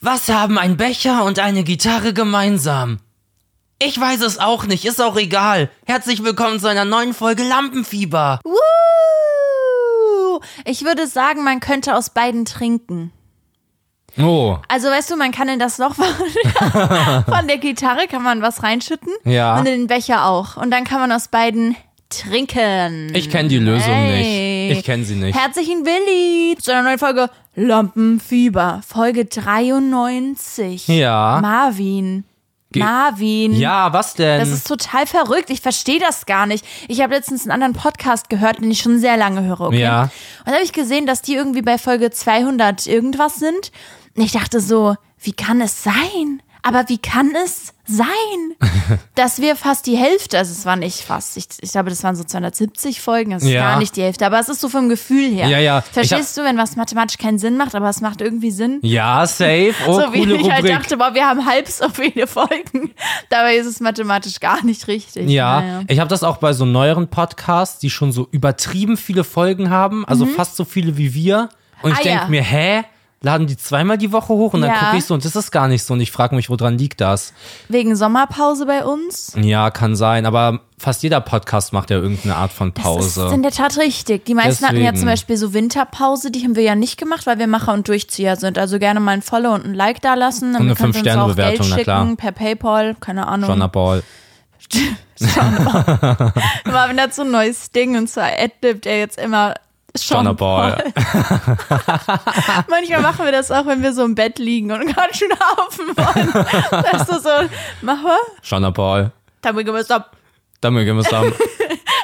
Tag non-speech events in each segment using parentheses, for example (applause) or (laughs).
Was haben ein Becher und eine Gitarre gemeinsam? Ich weiß es auch nicht, ist auch egal. Herzlich willkommen zu einer neuen Folge Lampenfieber. Woo! Ich würde sagen, man könnte aus beiden trinken. Oh, Also weißt du, man kann in das Loch (laughs) von, von der Gitarre kann man was reinschütten Ja. und in den Becher auch und dann kann man aus beiden trinken. ich kenne die Lösung Hey. nicht. Ich kenne sie nicht. Herzlichen Willi zu einer neuen Folge Lampenfieber, Folge 93. Ja. Marvin. Ge- Marvin. Ja, was denn? Das ist total verrückt. Ich verstehe das gar nicht. Ich habe letztens einen anderen Podcast gehört, den ich schon sehr lange höre. Okay? Ja. Und da habe ich gesehen, dass die irgendwie bei Folge 200 irgendwas sind. Und ich dachte so, wie kann es sein? Aber wie kann es sein, (laughs) dass wir fast die Hälfte, also es war nicht fast, ich, ich glaube, das waren so 270 Folgen, das ist Ja. gar nicht die Hälfte, aber es ist so vom Gefühl her. Ja, ja. Ich Verstehst du, wenn was mathematisch keinen Sinn macht, aber es macht irgendwie Sinn? ja, safe. Oh, (laughs) so wie coole ich halt Rubrik. dachte, boah, wir haben halb so viele Folgen. (laughs) Dabei ist es mathematisch gar nicht richtig. Ja, Naja. ich habe das auch bei so neueren Podcasts, die schon so übertrieben viele Folgen haben, also fast so viele wie wir. Und ich Mhm. Ah, denk ja. mir, hä? Laden die zweimal die Woche hoch und dann Ja. gucke ich so und das ist gar nicht so und ich frage mich, woran liegt das? Wegen Sommerpause bei uns. Ja, kann sein, aber fast jeder Podcast macht ja irgendeine Art von Das ist Pause. in der Tat richtig. Die meisten hatten ja Deswegen. zum Beispiel so Winterpause, die haben wir ja nicht gemacht, weil wir Macher und Durchzieher sind. Also gerne mal ein Follow und ein Like da lassen. Und eine könnt uns auch Fünf-Sterne-Bewertung, Geld na klar. schicken, per Paypal, keine Ahnung. (laughs) Jonah Ball. Marvin hat so ein neues Ding und zwar adlibt er jetzt immer Sean Jonah Ball. Manchmal machen wir das auch, wenn wir so im Bett liegen und (laughs) gerade schlafen wollen. Dass du so, mach mal, Jonah Ball. dann wir gewiss ab. Damit gehen wir (laughs) zusammen.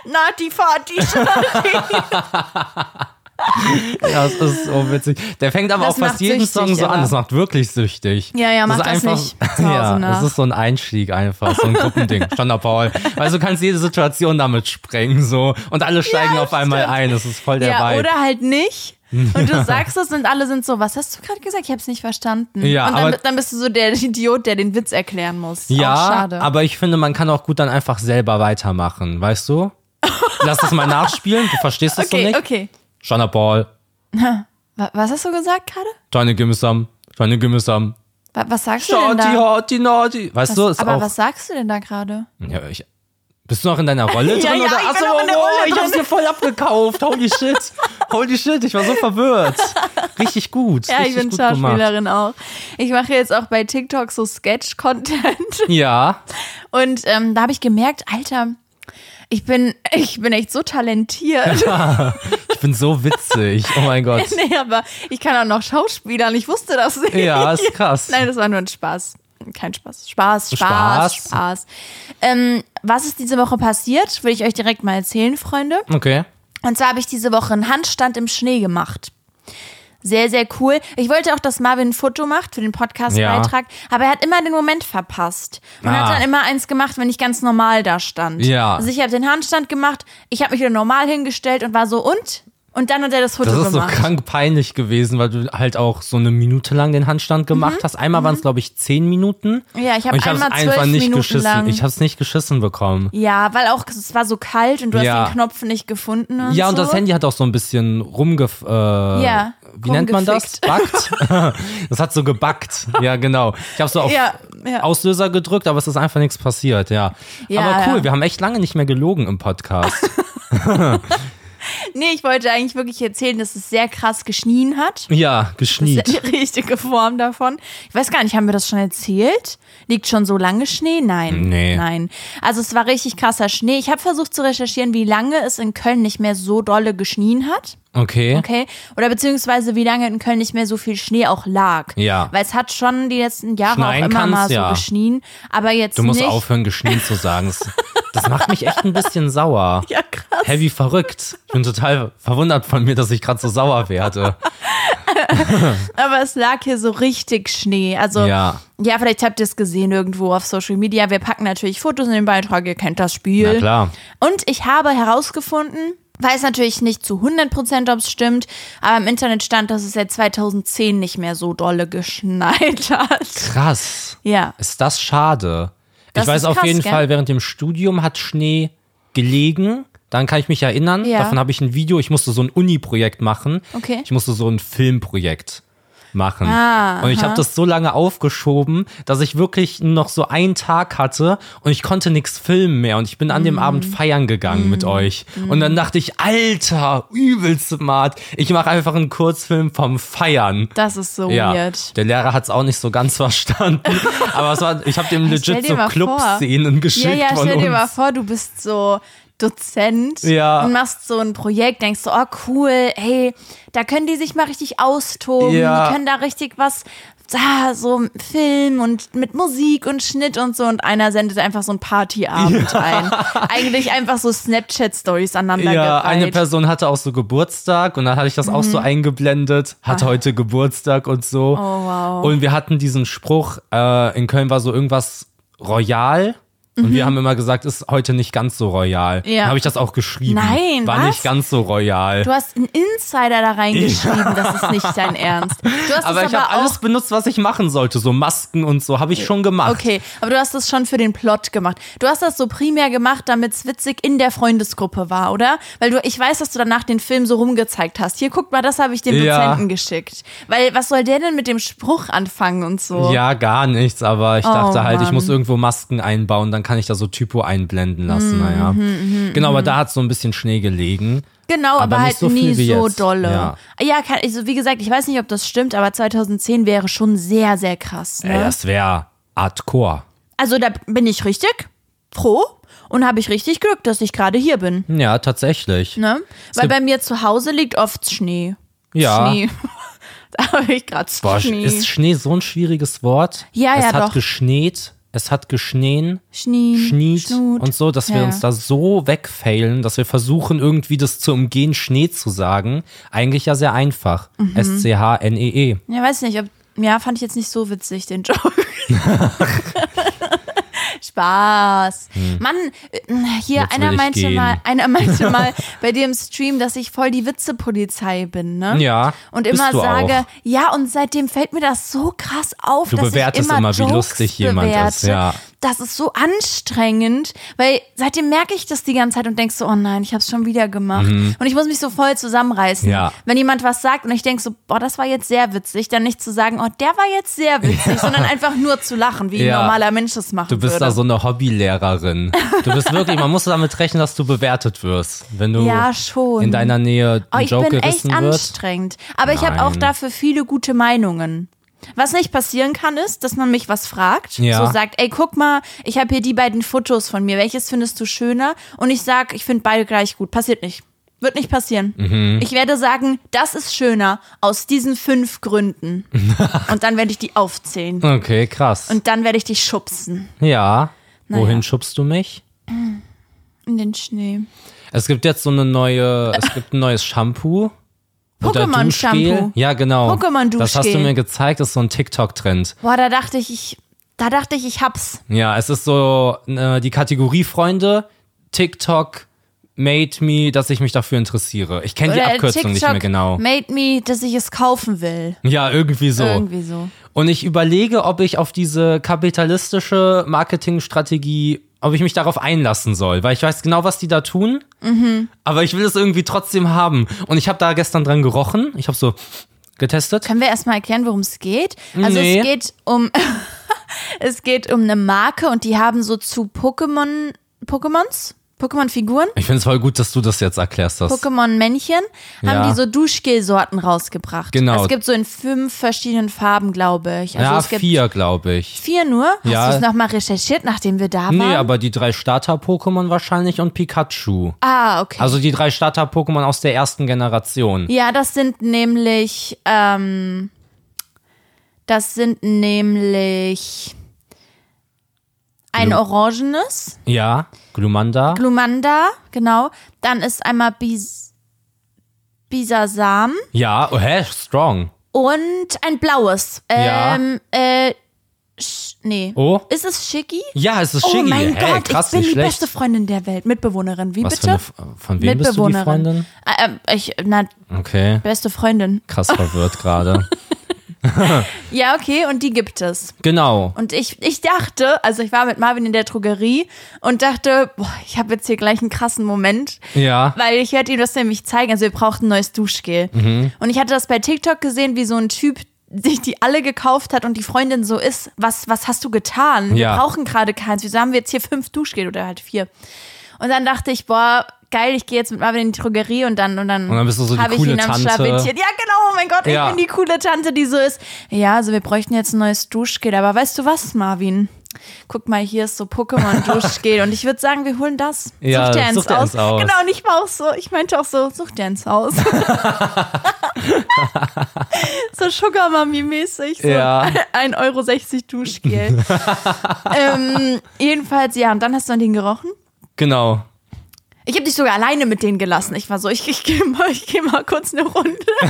Nati Fati. Ja, das ist so witzig. Der fängt aber Das auch fast macht jeden süchtig, Song so aber. an. Das macht wirklich süchtig. Ja, ja, das mach das ist einfach, (laughs) nicht zu Hause ne? ja, nach. Das ist so ein Einstieg einfach, (laughs) so ein Gruppending. Standard Paul. Also du kannst jede Situation damit sprengen so und alle steigen auf einmal ein. Das ist voll der Ja, Vibe. oder halt nicht. Und du sagst es und alle sind so, was hast du gerade gesagt? Ich hab's nicht verstanden. Ja, und dann, aber- dann bist du so der Idiot, der den Witz erklären muss. ja, Auch schade. aber ich finde, man kann auch gut dann einfach selber weitermachen, weißt (laughs) du? Lass das mal nachspielen, du verstehst das so okay, nicht. okay. Standard Paul, Wa- Was hast du gesagt gerade? deine Gimmissam, deine Gimmissam. Wa- Was sagst du denn Shorty, da? Horty, Norty. Weißt du, Was, ist aber auch was sagst du denn da gerade? Ja, ich. Bist du noch in deiner (laughs) Rolle drin? Ja, ja, oder? ich bin Achso, noch in der wow, Rolle ich hab's drin. dir voll abgekauft. Holy shit. Holy shit, ich war so verwirrt. Richtig gut. Ja, ich richtig bin gut gemacht. Schauspielerin auch. Ich mache jetzt auch bei TikTok so Sketch-Content. Ja, Und ähm, da habe ich gemerkt, Alter, ich bin, (laughs) ich bin echt so talentiert. ich bin so witzig. Oh mein (laughs) Gott. nee, aber ich kann auch noch Schauspielern. Ich wusste das nicht. Ja, ist krass. (laughs) Nein, das war nur ein Spaß. Kein Spaß. Spaß, Spaß, Spaß. Spaß. Ähm, was ist diese Woche passiert, will ich euch direkt mal erzählen, Freunde. Okay. Und zwar habe ich diese Woche einen Handstand im Schnee gemacht. Sehr, sehr cool. Ich wollte auch, dass Marvin ein Foto macht für den Podcast-Beitrag, aber er hat immer den Moment verpasst. Und Ah. hat dann immer eins gemacht, wenn ich ganz normal da stand. Ja. Also ich habe den Handstand gemacht, ich habe mich wieder normal hingestellt und war so, und? Und dann hat er das Foto Das ist so gemacht. krank peinlich gewesen, weil du halt auch so eine Minute lang den Handstand gemacht hast. Einmal waren es, glaube ich, zehn Minuten. Mhm. Ja, ich hab Und ich hab's einmal zwölf einfach nicht Minuten geschissen. lang. Ich hab's nicht geschissen bekommen. Ja, weil auch es war so kalt und du Ja. hast den Knopf nicht gefunden. Und Ja, und so. das Handy hat auch so ein bisschen rumge... Äh, Ja, wie nennt man das? Backt? (laughs) das hat so gebackt. Ja, genau. Ich habe so auf Ja, ja. Auslöser gedrückt, aber es ist einfach nichts passiert, ja. Ja, aber cool, ja. wir haben echt lange nicht mehr gelogen im (laughs) Podcast. Nee, ich wollte eigentlich wirklich erzählen, dass es sehr krass geschnien hat. ja, Das geschniet. ist ja (laughs) die richtige Form davon. Ich weiß gar nicht, haben wir das schon erzählt? Liegt schon so lange Schnee? Nein. Nee. Nein. Also es war richtig krasser Schnee. Ich habe versucht zu recherchieren, wie lange es in Köln nicht mehr so dolle geschnien hat. Okay. Okay. Oder beziehungsweise wie lange in Köln nicht mehr so viel Schnee auch lag. Ja. Weil es hat schon die letzten Jahre Schneien auch immer kann's, mal so ja. geschnien. Aber jetzt Du musst nicht. aufhören, geschnien zu sagen. Das, das macht mich echt ein bisschen sauer. (laughs) (laughs) Ja, krass. Heavy verrückt. Ich bin total verwundert von mir, dass ich gerade so sauer werde. Aber es lag hier so richtig Schnee. (laughs) Also, Ja. ja, vielleicht habt ihr es gesehen irgendwo auf Social Media. Wir packen natürlich Fotos in den Beitrag. Ihr kennt das Spiel. Na klar. Und ich habe herausgefunden, weiß natürlich nicht zu 100%, ob es stimmt, aber im Internet stand, dass es seit 2010 nicht mehr so dolle (laughs) geschneit hat. Krass. Ja. Ist das schade? Das ich weiß ist auf krass, jeden gell? Fall, während dem Studium hat Schnee gelegen. Dann kann ich mich erinnern. Ja. Davon habe ich ein Video. Ich musste so ein Uni-Projekt machen. Okay. Ich musste so ein Filmprojekt. machen. Ah, und ich habe das so lange aufgeschoben, dass ich wirklich noch so einen Tag hatte und ich konnte nichts filmen mehr. Und ich bin an Mhm. dem Abend feiern gegangen mit euch. Und dann dachte ich, Alter, übel smart. Ich mache einfach einen Kurzfilm vom Feiern. Das ist so Ja, weird. der Lehrer hat es auch nicht so ganz verstanden, (laughs) aber es war, ich habe dem stell legit dir so mal vor. Club-Szenen geschickt Ja, ja, von stell uns. dir mal vor, du bist so Dozent Ja. und machst so ein Projekt, denkst so, oh cool, hey, da können die sich mal richtig austoben, Ja. die können da richtig was, ah, so Film und mit Musik und Schnitt und so und einer sendet einfach so einen (laughs) Partyabend ein. Eigentlich einfach so Snapchat-Stories aneinander Ja, eine gereiht. Person hatte auch so Geburtstag und dann hatte ich das auch so Mhm. eingeblendet, hat heute Geburtstag und so. Oh, wow. Und wir hatten diesen Spruch, äh, in Köln war so irgendwas royal. Und wir haben immer gesagt, ist heute nicht ganz so royal. Mhm. Ja. Dann habe ich das auch geschrieben. Nein, War was? nicht ganz so royal. Du hast einen Insider da reingeschrieben, das ist nicht dein Ernst. Du hast aber es ich aber habe auch Äh, alles benutzt, was ich machen sollte. So Masken und so habe ich schon gemacht. Okay, aber du hast das schon für den Plot gemacht. Du hast das so primär gemacht, damit es witzig in der Freundesgruppe war, oder? Weil du, ich weiß, dass du danach den Film so rumgezeigt hast. Hier, guck mal, das habe ich dem Ja. Dozenten geschickt. Weil was soll der denn mit dem Spruch anfangen und so? Ja, gar nichts, aber ich Oh, dachte halt, ich Mann. muss irgendwo Masken einbauen, dann kann ich da so Typo einblenden lassen, Mhm, naja. genau, aber da hat so ein bisschen Schnee gelegen. Genau, Aber aber, nicht halt so viel nie wie so jetzt. dolle. Ja. Ja, kann, also wie gesagt, ich weiß nicht, ob das stimmt, aber 2010 wäre schon sehr, sehr krass. Ne? Ey, das wäre Hardcore. Also da bin ich richtig froh und habe ich richtig Glück, dass ich gerade hier bin. Ja, tatsächlich. Ne? Weil bei mir zu Hause liegt oft Schnee. Ja. Schnee. (laughs) da habe ich gerade Boah, Schnee. ist Schnee so ein schwieriges Wort? Ja, es ja, Es hat doch. geschneit, es hat geschneen, Schnien, schniet Schnut. und so, dass wir Ja. uns da so wegfailen, dass wir versuchen, irgendwie das zu umgehen, Schnee zu sagen. Eigentlich ja sehr einfach. Mhm. S-C-H-N-E-E. Ja, weiß nicht, ob, ja, fand ich jetzt nicht so witzig, den (laughs) (laughs) Joke. Spaß. Mann, äh, Hm. hier, Jetzt will einer ich meinte gehen. mal, (laughs) einer meinte mal bei dir im Stream, dass ich voll die Witzepolizei bin, ne? Ja, Und bist immer du sage, auch. ja, und seitdem fällt mir das so krass auf, Du dass bewertest ich immer, immer, wie Jokes lustig jemand ist, bewerte. ja. Das ist so anstrengend, weil seitdem merke ich das die ganze Zeit und denk so, oh nein, ich hab's schon wieder gemacht. Und ich muss mich so voll zusammenreißen. Mhm. Ja. Wenn jemand was sagt und ich denk so, boah, das war jetzt sehr witzig, dann nicht zu sagen, oh, der war jetzt sehr witzig, sondern einfach nur zu lachen, wie Ja. ein normaler Mensch das machen Du bist würde. da so eine Hobbylehrerin. Du bist wirklich, man muss damit rechnen, dass du bewertet wirst, wenn du Ja, schon. in deiner Nähe Oh, ein ich Joke bin echt gerissen wird. anstrengend. Aber ich habe auch Nein. dafür viele gute Meinungen. Was nicht passieren kann, ist, dass man mich was fragt. Ja. So sagt, ey, guck mal, ich habe hier die beiden Fotos von mir. Welches findest du schöner? Und ich sag, ich finde beide gleich gut. Passiert nicht. Wird nicht passieren. Mhm. Ich werde sagen, das ist schöner aus diesen (laughs) fünf Gründen. Und dann werde ich die aufzählen. Okay, krass. Und dann werde ich dich schubsen ja. Naja. Wohin schubst du mich? in den Schnee. Es gibt jetzt so eine neue, es gibt ein neues Shampoo. oder Pokémon-Shampoo. Duschgel. Ja, genau. Pokémon-Duschgel. Das hast du mir gezeigt, ist so ein TikTok-Trend. Boah, da dachte ich, ich, da dachte ich, ich hab's. Ja, es ist so äh, die Kategorie Freunde, TikTok made me, dass ich mich dafür interessiere. Ich kenne die Oder Abkürzung nicht mehr TikTok genau. Made me, dass ich es kaufen will. Ja, irgendwie so. Irgendwie so. Und ich überlege, ob ich auf diese kapitalistische Marketingstrategie, ob ich mich darauf einlassen soll, weil ich weiß genau, was die da tun, Mhm. aber ich will es irgendwie trotzdem haben. Und ich habe da gestern dran gerochen. Ich habe so getestet. Können wir erstmal erklären, worum es geht? Also Nee. es geht um (laughs) es geht um eine Marke und die haben so zu Pokémon Pokémons, Pokémon Figuren, Ich finde es voll gut, dass du das jetzt erklärst. Das. Pokémon Männchen haben Ja. die so Duschgelsorten rausgebracht. Genau. Es gibt so in fünf verschiedenen Farben, glaube ich. Also ja, es gibt vier, glaube ich. vier nur. Hast Ja. du es nochmal recherchiert, nachdem wir da waren? Nee, aber die drei Starter-Pokémon wahrscheinlich und Pikachu. ah, okay. Also die drei Starter-Pokémon aus der ersten Generation. Ja, das sind nämlich, ähm, das sind nämlich ein orangenes, Ja, Glumanda. Glumanda, genau. Dann ist einmal Bis Bisasam ja, oh, hä, strong. und ein blaues. Ja. Ähm, äh, sch, nee. Oh. Ist es Schicki? Ja, es ist Oh Shiggy. mein hey, Gott, krass, ich bin nicht die schlecht. beste Freundin der Welt. Mitbewohnerin, wie Was bitte? für eine, F- von wem bist du die Freundin? Äh, äh, ich, na, Okay, beste Freundin. krass verwirrt (laughs) gerade. Ja, okay, und die gibt es. Genau. Und ich, ich dachte, also ich war mit Marvin in der Drogerie und dachte, boah, ich habe jetzt hier gleich einen krassen Moment. Ja. Weil ich Mhm. werde ihm das nämlich zeigen. Also wir brauchten ein neues Duschgel. Und ich hatte das bei TikTok gesehen, wie so ein Typ sich die alle gekauft hat und die Freundin so ist, was, was hast du getan? Ja. Wir brauchen gerade keins. Wieso haben wir jetzt hier fünf Duschgel oder halt vier? Und dann dachte ich, boah, geil, ich gehe jetzt mit Marvin in die Drogerie und dann und dann, Und dann bist du so die habe ich coole ihn am Tante. Schlawittchen. Ja, genau, oh mein Gott, Ja. ich bin die coole Tante, die so ist. Ja, also wir bräuchten jetzt ein neues Duschgel, aber weißt du was, Marvin? Guck mal, hier ist (laughs) so Pokémon-Duschgel und ich würde sagen, wir holen das. Ja, such dir eins such dir eins aus. aus. Genau, und ich war auch so, ich meinte auch so, such dir (laughs) eins aus. so Sugar Mami-mäßig. So Ja. 1,60 Euro Duschgel. ähm, jedenfalls, ja, und dann hast du an den gerochen. Genau. Ich habe dich sogar alleine mit denen gelassen. Ich war so, ich, ich gehe mal, ich geh mal kurz eine Runde. (laughs)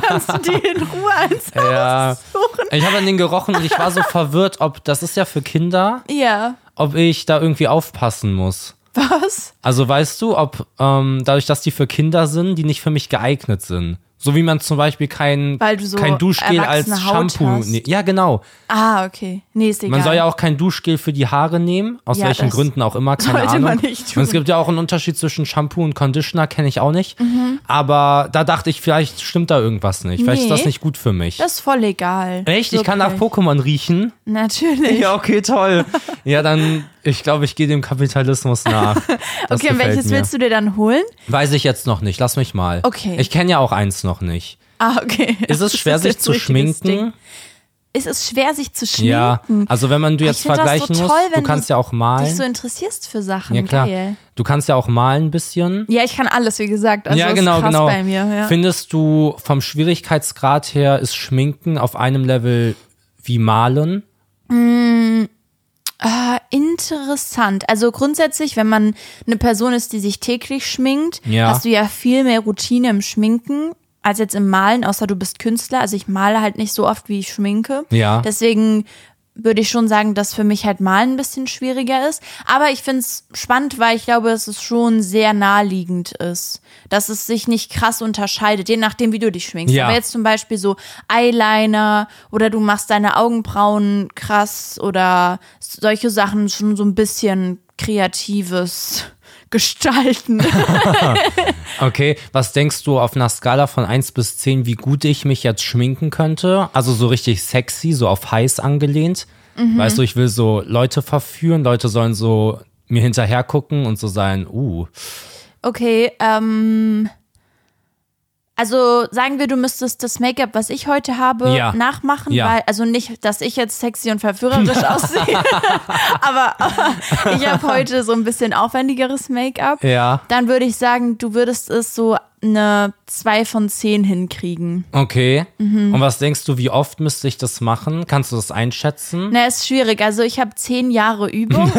Kannst du die in Ruhe eins Ja. aussuchen? Ich habe an den gerochen und ich war so verwirrt, ob das ist ja für Kinder, Ja. ob ich da irgendwie aufpassen muss. Was? Also weißt du, ob ähm, dadurch, dass die für Kinder sind, die nicht für mich geeignet sind. So wie man zum Beispiel kein, Weil du so kein Duschgel als erwachsene Haut Shampoo. hast. ne- Ja, genau. Ah, okay. Nee, ist egal. Man soll ja auch kein Duschgel für die Haare nehmen, aus Ja, welchen das Gründen auch immer, keine sollte Ahnung. man nicht tun. Und es gibt ja auch einen Unterschied zwischen Shampoo und Conditioner, kenne ich auch nicht. Mhm. Aber da dachte ich, vielleicht stimmt da irgendwas nicht. Vielleicht ist Nee. das nicht gut für mich. das ist voll egal. Echt? Ich kann nach Wirklich. Pokémon riechen. Natürlich. Ja, okay, toll. Ja, dann, ich glaube, ich gehe dem Kapitalismus (laughs) nach. Das okay, und gefällt welches mir. willst du dir dann holen? Weiß ich jetzt noch nicht. Lass mich mal. Okay. Ich kenne ja auch eins noch nicht. Ah, okay. Ist es schwer, sich jetzt zu ein richtiges schminken? Ding. Ist es schwer, sich zu schminken? Ja. Also, wenn man du Ah, Ich jetzt find das so vergleichen toll, musst, du wenn du kannst ja auch Dich malen. so interessierst für Sachen. ja, klar. Geil. Du kannst ja auch malen ein bisschen. Ja, ich kann alles, wie gesagt. Also ja, ist genau, krass genau. bei mir. Ja. Findest du vom Schwierigkeitsgrad her ist Schminken auf einem Level wie Malen? Interessant. Also grundsätzlich, wenn man eine Person ist, die sich täglich schminkt, Ja. hast du ja viel mehr Routine im Schminken als jetzt im Malen, außer du bist Künstler. Also ich male halt nicht so oft, wie ich schminke. Ja. Deswegen würde ich schon sagen, dass für mich halt Malen ein bisschen schwieriger ist. Aber ich finde es spannend, weil ich glaube, dass es schon sehr naheliegend ist, dass es sich nicht krass unterscheidet, je nachdem, wie du dich schminkst. Ja. Aber jetzt zum Beispiel so Eyeliner oder du machst deine Augenbrauen krass oder solche Sachen schon so ein bisschen kreatives (laughs) Gestalten. Okay, was denkst du auf einer Skala von 1 bis 10, wie gut ich mich jetzt schminken könnte? Also so richtig sexy, so auf heiß angelehnt. Mhm. Weißt du, ich will so Leute verführen, Leute sollen so mir hinterher gucken und so sein, uh, Okay, ähm. Also sagen wir, du müsstest das Make-up, was ich heute habe, Ja. nachmachen, Ja. weil, also nicht, dass ich jetzt sexy und (laughs) verführerisch aussehe, (laughs) aber, aber ich habe heute so ein bisschen aufwendigeres Make-up. ja, Dann würde ich sagen, du würdest es so eine 2 von 10 hinkriegen. okay. Mhm. Und was denkst du, wie oft müsste ich das machen? Kannst du das einschätzen? Na, ist schwierig. Also ich habe zehn (laughs) Jahre Übung.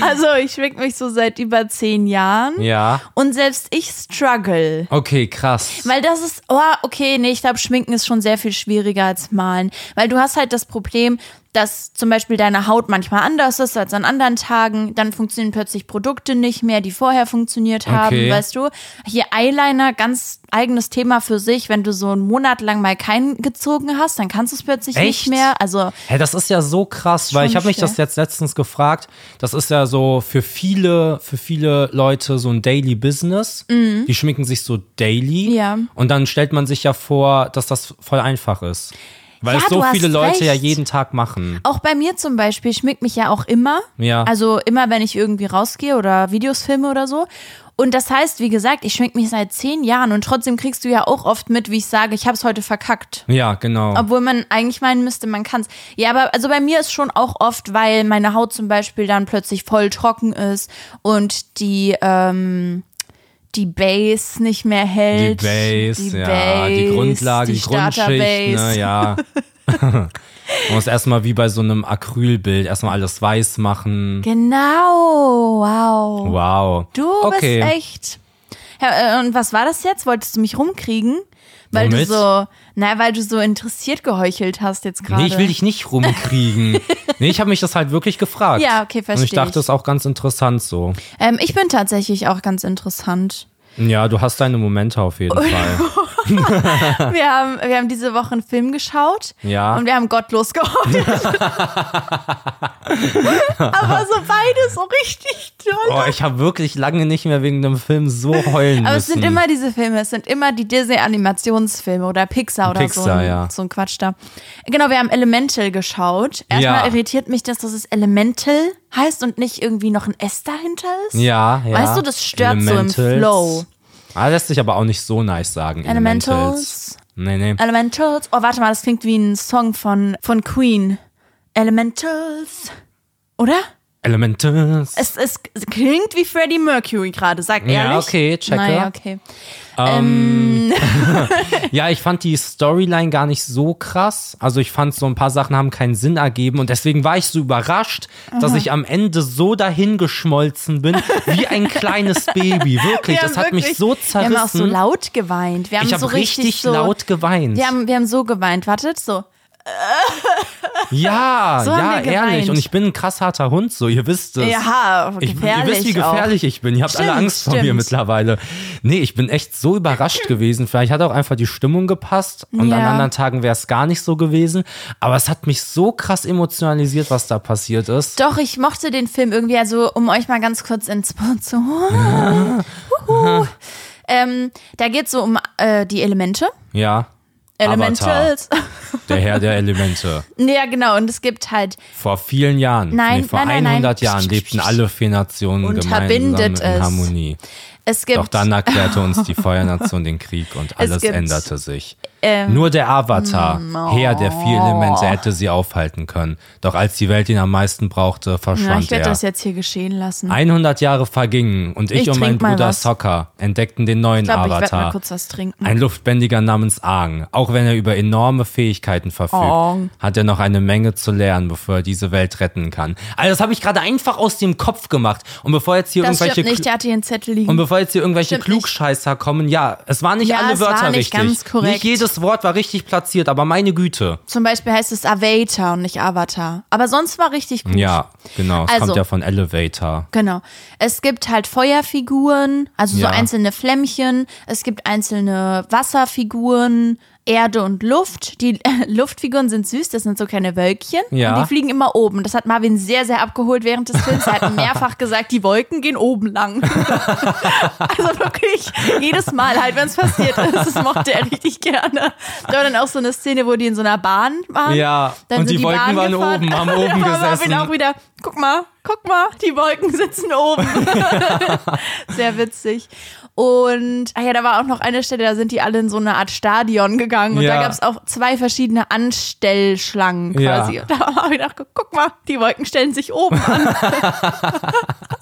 also ich schmink mich so seit über zehn Jahren. Ja. Und selbst ich struggle. Okay, krass. Weil das ist, oh, okay, nee, ich glaube, Schminken ist schon sehr viel schwieriger als Malen. Weil du hast halt das Problem, dass zum Beispiel deine Haut manchmal anders ist als an anderen Tagen. Dann funktionieren plötzlich Produkte nicht mehr, die vorher funktioniert haben, Okay. weißt du. Hier Eyeliner, ganz eigenes Thema für sich. Wenn du so einen Monat lang mal keinen gezogen hast, dann kannst du es plötzlich Echt? nicht mehr. Also, Hä, das ist ja so krass, weil Schon ich habe mich das schwer. jetzt letztens gefragt. Das ist ja so für viele, für viele Leute so ein Daily Business. Die schminken sich so daily. Mhm. Ja. Und dann stellt man sich ja vor, dass das voll einfach ist. Weil Ja, es so du hast viele Leute ja recht. jeden Tag machen. auch bei mir zum Beispiel, ich schmink mich ja auch immer. Ja. Also immer, wenn ich irgendwie rausgehe oder Videos filme oder so. Und das heißt, wie gesagt, ich schmink mich seit zehn Jahren und trotzdem kriegst du ja auch oft mit, wie ich sage, ich hab's heute verkackt. Ja, genau. Obwohl man eigentlich meinen müsste, man kann's. Ja, aber also bei mir ist schon auch oft, weil meine Haut zum Beispiel dann plötzlich voll trocken ist und die, ähm, die Base nicht mehr die hält. Base, ja, die Base, Grundlage, die, Grundschicht, ne, Starterbase. (laughs) ja. Man muss erstmal wie bei so einem Acrylbild erstmal alles weiß machen. Genau, wow. Wow. Du okay. bist echt. Ja, äh, und was war das jetzt? Wolltest du mich rumkriegen? Weil Womit? du so, na, weil du so interessiert geheuchelt hast jetzt gerade. Nee, ich will dich nicht (laughs) rumkriegen. nee, ich habe mich das halt wirklich gefragt. Ja, okay, Und verstehe ich ich. dachte, es ist auch ganz interessant so. ähm, ich bin tatsächlich auch ganz interessant. (laughs) Ja, du hast deine Momente auf jeden Fall. wir, haben, wir haben diese Woche einen Film geschaut Ja. und wir haben (laughs) gottlos geheult. (laughs) Aber so beide so richtig toll. Oh, ich habe wirklich lange nicht mehr wegen einem Film so heulen Aber es müssen. sind immer diese Filme, es sind immer die Disney-Animationsfilme oder Pixar oder so, Pixar, ein, ja. so ein Quatsch da. Genau, wir haben Elemental geschaut. Erstmal Ja. irritiert mich, dass das Elemental heißt und nicht irgendwie noch ein S dahinter ist. ja, ja. Weißt du, das stört so im Elementals. Flow. Ah, lässt sich aber auch nicht so nice sagen. Elementals. Nee, nee. Elementals. Oh, warte mal, das klingt wie ein Song von, von Queen. Elementals. Oder? Elementals. Es, es klingt wie Freddie Mercury gerade, sag ehrlich. Ja, okay, checke. Naja, okay. Ja, ich fand die Storyline gar nicht so krass. Also ich fand, so ein paar Sachen haben keinen Sinn ergeben und deswegen war ich so überrascht, Mhm. dass ich am Ende so dahingeschmolzen bin, wie ein kleines (laughs) Baby. Wirklich, Wir das haben hat mich wirklich- so Wir haben auch so zerrissen. laut geweint. Wir haben ich habe so richtig, richtig, so, laut geweint. Wir haben, wir haben so geweint. Wartet, so. ja, So haben ja, wir geweint. ehrlich. Und ich bin ein krass harter Hund, so ihr wisst es. ja, Ich, gefährlich. ihr wisst, wie gefährlich ich bin. Ihr habt alle Stimmt, Angst vor mir stimmt. mittlerweile. Nee, ich bin echt so (clears throat) überrascht gewesen. Vielleicht hat auch einfach die Stimmung gepasst und an Ja. anderen Tagen wäre es gar nicht so gewesen. Aber es hat mich so krass emotionalisiert, was da passiert ist. Auch. Doch, ich mochte den Film irgendwie, also um euch mal ganz kurz ins Boot zu holen. Huhu. ähm, da geht es so um äh, die Elemente. Ja. Avatar, Elementals. der Herr der Elemente. (laughs) ja, genau. Und es gibt halt Vor vielen Jahren, Nein, nee, vor nein, nein, nein. 100 Jahren lebten alle vier Nationen gemeinsam in Unterbindet es. Harmonie. Es gibt, Doch dann erklärte uns (laughs) die Feuernation den Krieg und alles gibt- änderte sich. Ähm, Nur der Avatar, mm, Herr der vier oh. Elemente, hätte sie aufhalten können. Doch als die Welt ihn am meisten brauchte, ja, verschwand ich werde er. das jetzt hier geschehen lassen. 100 Jahre vergingen und ich, Ich und mein trink mal Bruder was. Sokka entdeckten den neuen ich glaube, ich werde mal Avatar. kurz was trinken. Ein Luftbändiger namens Aang. Auch wenn er über enorme Fähigkeiten verfügt, Aang. hat er noch eine Menge zu lernen, bevor er diese Welt retten kann. Also das habe ich gerade einfach aus dem Kopf gemacht. Und bevor jetzt hier Das irgendwelche stimmt nicht, der hatte hier einen Zettel liegen. und bevor jetzt hier irgendwelche Stimmt nicht. Klugscheißer kommen, ja, es waren nicht Ja, alle es war Wörter nicht richtig. ganz korrekt. Nicht jedes Wort war richtig platziert, aber meine Güte. Zum Beispiel heißt es Avatar und nicht Avatar. Aber sonst war richtig gut. Ja, genau. Es Also- kommt ja von Elevator. Genau. Es gibt halt Feuerfiguren, also Ja. so einzelne Flämmchen. Es gibt einzelne Wasserfiguren, Erde und Luft. Die (laughs) Luftfiguren sind süß, das sind so kleine Wölkchen. Ja. Und die fliegen immer oben. Das hat Marvin sehr, sehr abgeholt während des Films. Er hat mehrfach gesagt, die Wolken gehen oben lang. (laughs) also wirklich jedes Mal halt, wenn es passiert ist. Das mochte er richtig gerne. Da war dann auch so eine Szene, wo die in so einer Bahn waren. Ja, Dann und sind die Wolken Bahnen waren gefahren. oben, (laughs) haben Da oben war gesessen. Marvin auch wieder, guck mal, guck mal, die Wolken sitzen (laughs) oben. Sehr witzig. Und, ah ja, da war auch noch eine Stelle, da sind die alle in so eine Art Stadion gegangen. Und Ja. da gab es auch zwei verschiedene Anstellschlangen Ja. quasi. Und da war Marvin auch, guck mal, die Wolken stellen sich oben an. (laughs)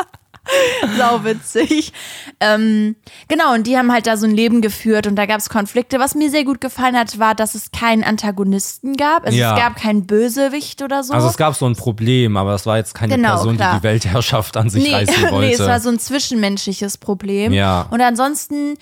Sau witzig. Ähm, genau, und die haben halt da so ein Leben geführt und da gab es Konflikte. Was mir sehr gut gefallen hat, war, dass es keinen Antagonisten gab. Also Ja. es gab keinen Bösewicht oder so. Also es gab so ein Problem, aber es war jetzt keine Genau, Person, die klar. die Weltherrschaft an sich reißen wollte. (laughs) nee, es war so ein zwischenmenschliches Problem. Ja. Und ansonsten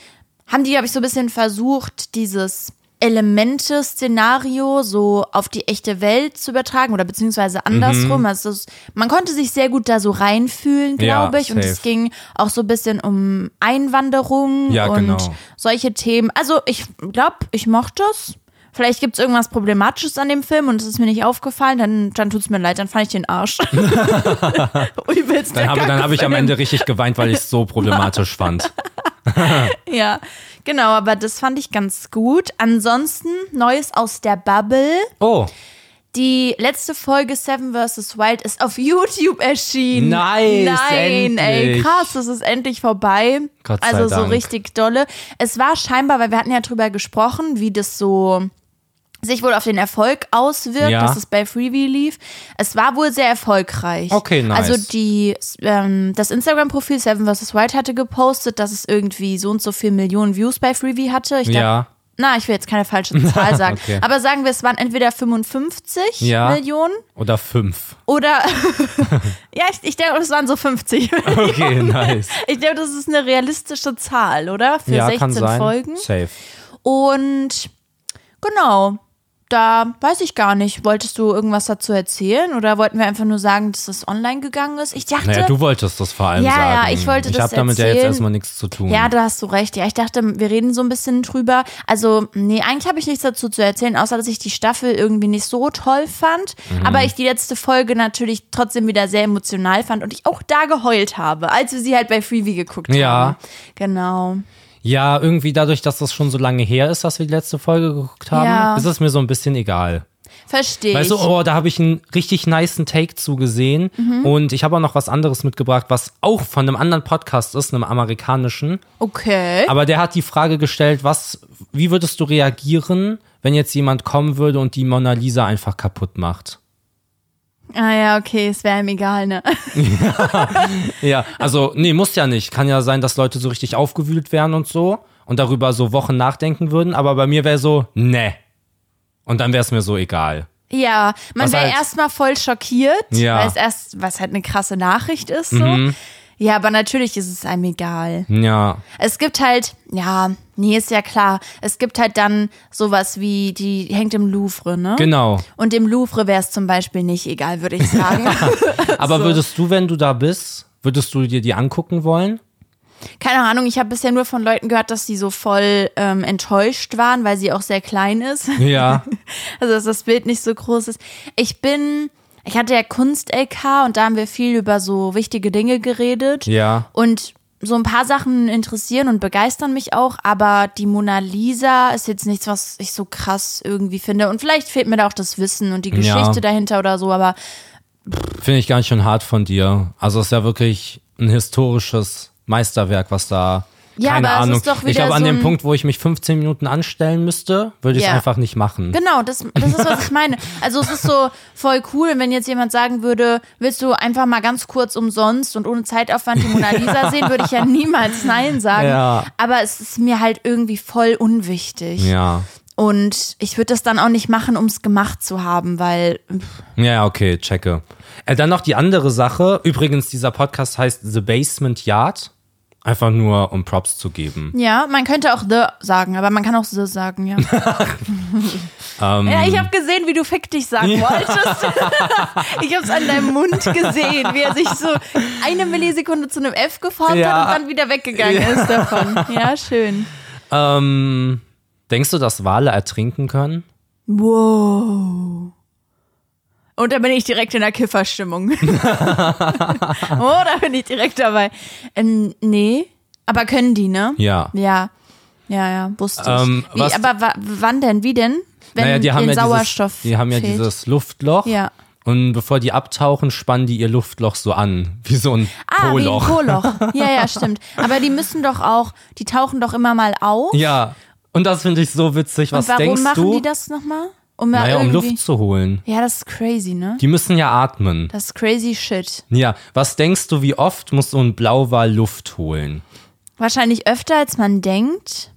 haben die, glaube ich, so ein bisschen versucht, dieses Elemente-Szenario so auf die echte Welt zu übertragen oder beziehungsweise Mhm. andersrum. Also es, man konnte sich sehr gut da so reinfühlen, Ja, glaube ich. Und safe. es ging auch so ein bisschen um Einwanderung Ja, und genau. solche Themen. Also ich glaube, ich mochte es. Vielleicht gibt es irgendwas Problematisches an dem Film und es ist mir nicht aufgefallen, dann, dann tut es mir leid, dann fand ich den Arsch. Übelst dann habe dann hab ich am Ende richtig geweint, weil ich es (laughs) so problematisch fand. Ja, genau, aber das fand ich ganz gut. Ansonsten, Neues aus der Bubble. Oh, Die letzte Folge Seven vs. Wild ist auf YouTube erschienen. Nice, Nein, ey, endlich. krass, es ist endlich vorbei. Gott sei also so Dank. richtig dolle. Es war scheinbar, weil wir hatten ja drüber gesprochen, wie das so sich wohl auf den Erfolg auswirkt, Ja. dass es bei Freebie lief. Es war wohl sehr erfolgreich. Okay, nice. Also die, ähm, das Instagram-Profil Seven vs. Wild hatte gepostet, dass es irgendwie so und so viel Millionen Views bei Freebie hatte. Ich glaub, ja. na, ich will jetzt keine falsche (laughs) Zahl sagen. Okay. Aber sagen wir, es waren entweder 55 Ja. Millionen Oder fünf. oder. (laughs) ja, ich, ich denke, es waren (laughs) so 50. (laughs) Okay, nice. ich glaube, das ist eine realistische Zahl, oder? Für ja, kann 16 sein. Folgen. Safe. Und genau. da weiß ich gar nicht. Wolltest du irgendwas dazu erzählen oder wollten wir einfach nur sagen, dass das online gegangen ist? Ich dachte, Naja, du wolltest das vor allem Ja, ja, sagen. ich wollte ich das habe damit ja jetzt erzählen. erstmal nichts zu tun. Ja, da hast du recht. Ja, ich dachte, wir reden so ein bisschen drüber. Also, nee, eigentlich habe ich nichts dazu zu erzählen, außer dass ich die Staffel irgendwie nicht so toll fand. Mhm. Aber ich die letzte Folge natürlich trotzdem wieder sehr emotional fand und ich auch da geheult habe, als wir sie halt bei Freebie geguckt Ja. haben. Genau. ja, irgendwie dadurch, dass das schon so lange her ist, dass wir die letzte Folge geguckt haben, Ja. ist es mir so ein bisschen egal. Verstehe Weißt du, ich. oh, da habe ich einen richtig niceen Take zugesehen. Mhm. Und ich habe auch noch was anderes mitgebracht, was auch von einem anderen Podcast ist, einem amerikanischen. Okay. Aber der hat die Frage gestellt, was, wie würdest du reagieren, wenn jetzt jemand kommen würde und die Mona Lisa einfach kaputt macht? Ah ja, okay, es wäre ihm egal, ne? (laughs) Ja, also, nee, muss ja nicht. Kann ja sein, dass Leute so richtig aufgewühlt wären und so und darüber so Wochen nachdenken würden. Aber bei mir wäre so, ne. Und dann wäre es mir so egal. Ja, man Was wäre halt- erstmal voll schockiert, Ja. Mhm. weil es erst, was halt eine krasse Nachricht ist, so. Ja, aber natürlich ist es einem egal. Ja. Es gibt halt, ja, nee, ist ja klar. Es gibt halt dann sowas wie, die hängt im Louvre, ne? (laughs) Genau. Und im Louvre wäre es zum Beispiel nicht egal, würde ich sagen. Aber würdest du, wenn du da bist, würdest du dir die angucken wollen? Keine Ahnung, ich habe bisher nur von Leuten gehört, dass sie so voll ähm, enttäuscht waren, weil sie auch sehr klein ist. (laughs) Ja. Also, dass das Bild nicht so groß ist. Ich bin, ich hatte ja Kunst-LK und da haben wir viel über so wichtige Dinge geredet. Ja. Und so ein paar Sachen interessieren und begeistern mich auch, aber die Mona Lisa ist jetzt nichts, was ich so krass irgendwie finde. Und vielleicht fehlt mir da auch das Wissen und die Ja. Geschichte dahinter oder so, aber Finde ich ganz schön hart von dir. Also es ist ja wirklich ein historisches Meisterwerk, was da. Ja, keine aber es Ahnung. ist doch ich wieder glaube, an so dem ein- Punkt, wo ich mich 15 Minuten anstellen müsste, würde ich es Ja. einfach nicht machen. genau, das, das ist, was ich meine. Also es ist so voll cool, wenn jetzt jemand sagen würde, willst du einfach mal ganz kurz umsonst und ohne Zeitaufwand die (laughs) Mona Lisa sehen, würde ich ja niemals Nein sagen. Ja. Aber es ist mir halt irgendwie voll unwichtig. Ja. Und ich würde das dann auch nicht machen, um es gemacht zu haben, weil pff, Ja, ja, okay, checke. Äh, dann noch die andere Sache. Übrigens, dieser Podcast heißt The Basement Yard. Einfach nur, um Props zu geben. ja, man könnte auch the sagen, aber man kann auch the (laughs) sagen, ja. Ähm. Ja, ich habe gesehen, wie du fick dich sagen (laughs) wolltest. ich habe es an deinem Mund gesehen, wie er sich so eine Millisekunde zu einem F geformt Ja. hat und dann wieder weggegangen ist davon. Ja, schön. Ähm, denkst du, dass Wale ertrinken können? Wow. Und da bin ich direkt in (laughs) der Kifferstimmung. oh, da bin ich direkt dabei. Ähm, nee, aber können die, ne? Ja. Ja, ja, ja, wusste Ähm, ich. Wie, was- aber wa wann denn? Wie denn? Wenn naja, die haben, den ja Sauerstoff dieses, die haben ja fehlt. dieses Luftloch. Ja. Und bevor die abtauchen, spannen die ihr Luftloch so an. (laughs) Wie so ein Ah, Poloch. wie ein Poloch. Ja, ja, stimmt. Aber die müssen doch auch, die tauchen doch immer mal auf. ja. Und das finde ich so witzig. Was Und warum denkst machen du? die das nochmal? Um ja naja, um irgendwie. Luft zu holen. ja, das ist crazy, ne? Die müssen ja atmen. Das ist crazy shit. Ja. Was denkst du, wie oft muss so ein Blauwal Luft holen? Wahrscheinlich öfter, als man denkt.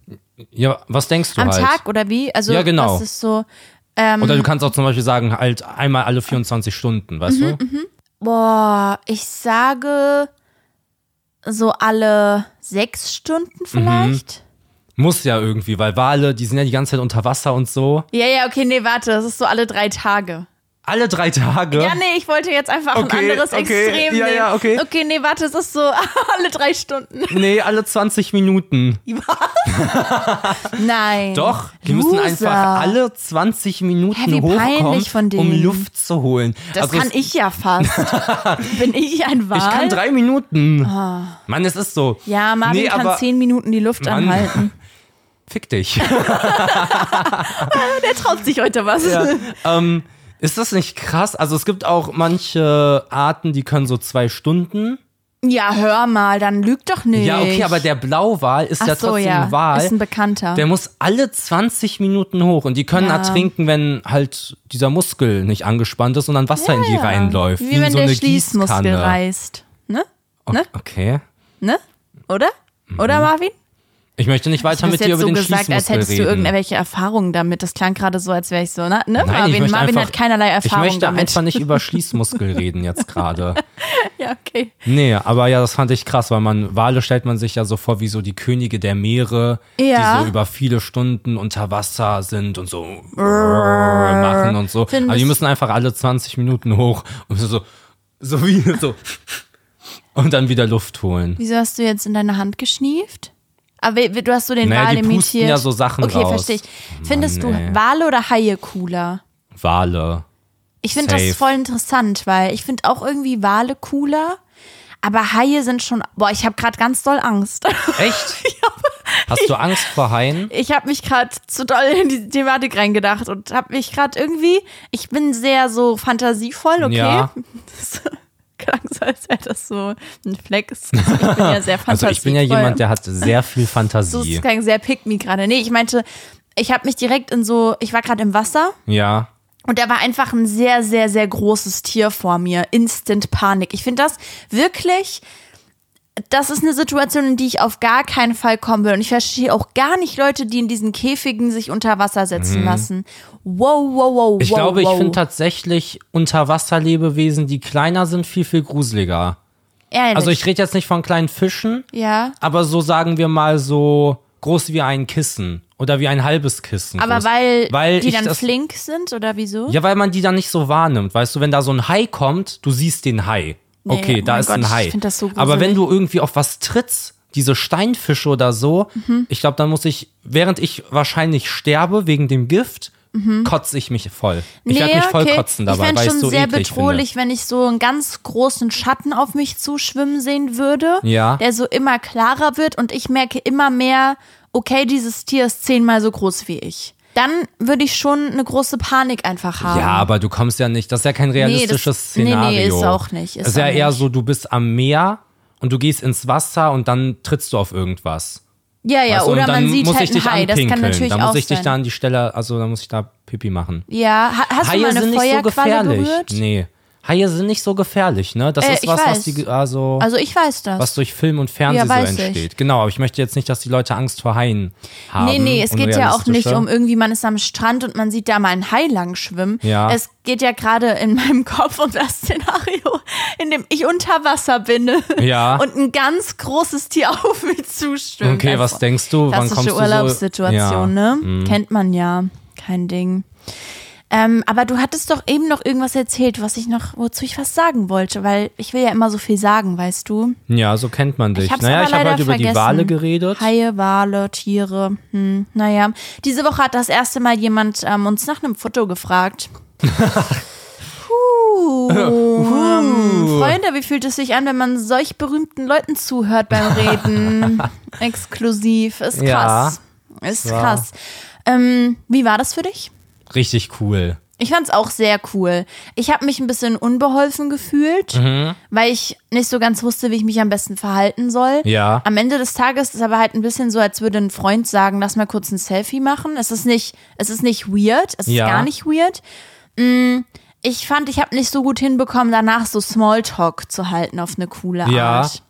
Ja, was denkst du Am halt? Tag Mhm. oder wie? Also, Ja, genau. das ist so, ähm, Oder du kannst auch zum Beispiel sagen, halt einmal alle 24 Stunden, weißt Mhm, du? boah, ich sage so alle sechs Mhm. Stunden vielleicht. Muss ja irgendwie, weil Wale, die sind ja die ganze Zeit unter Wasser und so. Ja, ja, okay, nee, warte, das ist so alle drei Tage. Alle drei Tage. Ja, nee, ich wollte jetzt einfach Okay, ein anderes okay, Extrem ja, nehmen. ja, okay. okay, nee, warte, es ist so (laughs) alle drei Stunden. nee, alle 20 Minuten. Nein. Doch, die müssen Loser. einfach alle 20 Minuten Hä, wie hochkommen, peinlich von um denen. Luft zu holen. Das Also kann es- ich (laughs) ja fast. Bin ich ein Wal? ich kann drei Minuten. Mann, es ist so. Ah. Ja, Marvin Nee, kann aber- zehn Minuten die Luft Mann. anhalten. Fick dich. (laughs) Der traut sich heute was. ähm, ist das nicht krass? Also es gibt auch manche Arten, die können so zwei Stunden. Ja, hör mal, dann lüg doch nicht. Ja, okay, aber der Blauwal ist Ach ja so, trotzdem ja. ein Wal. Ist ein Bekannter. der muss alle 20 Minuten hoch und die können Ja. ertrinken, wenn halt dieser Muskel nicht angespannt ist und dann Wasser in die Ja. reinläuft. Wie, in wenn so der eine Schließmuskel Gießkanne. reißt. Ne? Okay. Mhm. Ne? Oder? Oder, Marvin? Ich möchte nicht weiter Du mit hast dir jetzt über so den gesagt, als Schließmuskel hättest du reden. irgendwelche Erfahrungen damit. Das klang gerade so, als wäre ich so, na, ne? Nein, ich Marvin, möchte Marvin einfach, hat keinerlei Erfahrung Ich möchte damit. einfach nicht über Schließmuskel reden jetzt gerade. (laughs) ja, okay. Nee, aber ja, das fand ich krass, weil man, Wale stellt man sich ja so vor wie so die Könige der Meere, Ja. die so über viele Stunden unter Wasser sind und so machen und so. Findest- Aber die müssen einfach alle 20 Minuten hoch und so, so wie so und dann wieder Luft holen. Wieso hast du jetzt in deine Hand geschnieft? Aber we- du hast so den Naja, Wal die pusten imitiert. ja so Sachen okay, raus. verstehe ich. Findest du ey. Wale oder Haie cooler? Wale. Ich finde das Safe. voll interessant, weil ich finde auch irgendwie Wale cooler. Aber Haie sind schon. Boah, ich habe gerade ganz doll Angst. (laughs) Echt? Hast du Angst vor Haien? Ich habe mich gerade zu doll in die Thematik reingedacht und habe mich gerade irgendwie. Ich bin sehr so fantasievoll, okay? Ja. Das (laughs) klang so, als wäre das so ein Flex. Ich bin ja sehr fantasievoll. (laughs) Also ich bin ja jemand, der hat sehr viel So, es Fantasie. klang sehr pick me gerade. Nee, ich meinte, ich habe mich direkt in so. Ich war gerade im Wasser Ja. Und da war einfach ein sehr, sehr, sehr großes Tier vor mir. Instant Panik. Ich finde das wirklich, das ist eine Situation, in die ich auf gar keinen Fall kommen will. Und ich verstehe auch gar nicht Leute, die in diesen Käfigen sich unter Wasser setzen lassen. Wow, wow, wow, Mhm. Ich wow. glaube, ich wow. finde tatsächlich Unterwasserlebewesen, die kleiner sind, viel, viel gruseliger. Ehrlich. Also ich rede jetzt nicht von kleinen Fischen, ja. aber so sagen wir mal so groß wie ein Kissen oder wie ein halbes Kissen. Aber groß. weil, weil die ich dann das, flink sind oder wieso? Ja, weil man die dann nicht so wahrnimmt. Weißt du, wenn da so ein Hai kommt, du siehst den Hai. Nee, Okay, oh da mein ist Gott, ein ich Hai. find das so Aber wenn gruselig. du irgendwie auf was trittst, diese Steinfische oder so, Mhm. ich glaube, dann muss ich, während ich wahrscheinlich sterbe wegen dem Gift, kotze ich mich voll. Ich werde mich voll kotzen dabei, Mhm. ich fänd's weil ich schon so sehr eklig bedrohlich, wenn ich so einen ganz großen Schatten auf mich zuschwimmen sehen würde, Ja. der so immer klarer wird und ich merke immer mehr, okay, dieses Tier ist zehnmal so groß wie ich. Dann würde ich schon eine große Panik einfach haben. finde. Ja, aber du kommst ja nicht, das ist ja kein realistisches Ähm, nee, nee, Szenario. ist auch nicht, ist Es ist ja auch eher nicht. so, du bist am Meer und du gehst ins Wasser und dann trittst du auf irgendwas. ja, ja Weißt du, oder und dann man sieht muss halt ich dich einen Hai, das kann anpinkeln. natürlich Da muss auch ich dich sein. da an die Stelle, also da muss ich da Pipi machen. ja, ha- hast Haie du mal eine sind nicht so Feuerqualle gefährlich. berührt? Nee. Haie sind nicht so gefährlich, ne? Das Äh, ist ich was, weiß. was die, also, Also ich weiß das. was durch Film und Fernsehen Ja, so weiß ich. entsteht. Genau, aber ich möchte jetzt nicht, dass die Leute Angst vor Haien haben. Nee, nee, es geht ja auch nicht unrealistische. um irgendwie, man ist am Strand und man sieht da mal einen Hai lang schwimmen. Ja. Es geht ja gerade in meinem (laughs) Kopf um das Szenario, in dem ich unter Wasser bin Ja. (laughs) und ein ganz großes Tier (laughs) auf mich zuschwimmt. Also Okay, was denkst du? Wann kommst du Klassische so? Urlaubssituation, ja. Mhm. ne? Kennt man ja. Kein Ding. Ähm, aber du hattest doch eben noch irgendwas erzählt, was ich noch, wozu ich was sagen wollte, weil ich will ja immer so viel sagen, weißt du? Ja, so kennt man dich. Ich hab's naja, aber ich habe leider heute über die vergessen. Wale geredet. Haie, Wale, Tiere. Hm, naja, diese Woche hat das erste Mal jemand ähm, uns nach einem Foto (laughs) gefragt. Puh. ähm, Freunde, wie fühlt es sich an, wenn man solch berühmten Leuten (laughs) zuhört beim Reden? Exklusiv. Ist Ja, krass. Ist war- krass. Ähm, wie war das für dich? Richtig cool. Ich fand's auch sehr cool. Ich habe mich ein bisschen unbeholfen gefühlt, Mhm. weil ich nicht so ganz wusste, wie ich mich am besten verhalten soll. Ja. Am Ende des Tages ist aber halt ein bisschen so, als würde ein Freund sagen, lass mal kurz ein Selfie machen. Es ist nicht, es ist nicht weird, es Ja. ist gar nicht weird. Mm, Ich fand, ich habe nicht so gut hinbekommen, danach so Smalltalk zu halten auf eine coole Ja. Art.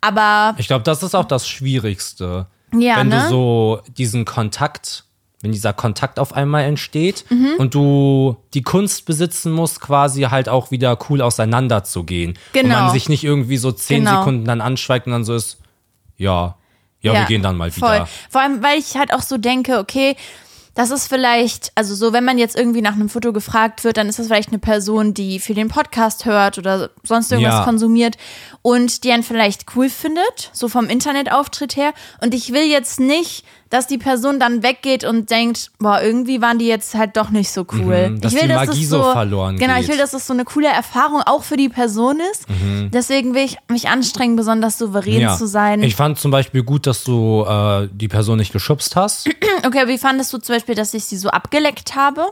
Aber Ich glaube, das ist auch das Schwierigste. Ja, wenn ne? du so diesen Kontakt, wenn dieser Kontakt auf einmal entsteht Mhm. und du die Kunst besitzen musst, quasi halt auch wieder cool auseinanderzugehen. Und Genau. man sich nicht irgendwie so zehn Genau. Sekunden dann anschweigt und dann so ist, ja, ja, wir gehen dann mal voll. wieder. Vor allem, weil ich halt auch so denke, okay, das ist vielleicht, also so, wenn man jetzt irgendwie nach einem Foto gefragt wird, dann ist das vielleicht eine Person, die für den Podcast hört oder sonst irgendwas Ja. konsumiert und die einen vielleicht cool findet, so vom Internetauftritt her. Und ich will jetzt nicht, dass die Person dann weggeht und denkt, boah, irgendwie waren die jetzt halt doch nicht so cool. Mhm, dass ich will, die dass Magie es so so verloren Genau, ich geht. will, dass es so eine coole Erfahrung auch für die Person ist. Deswegen will ich mich anstrengen, besonders souverän Mhm. Ja. zu sein. Ich fand zum Beispiel gut, dass du äh, die Person nicht geschubst hast. Okay, wie fandest du zum Beispiel, dass ich sie so abgeleckt habe?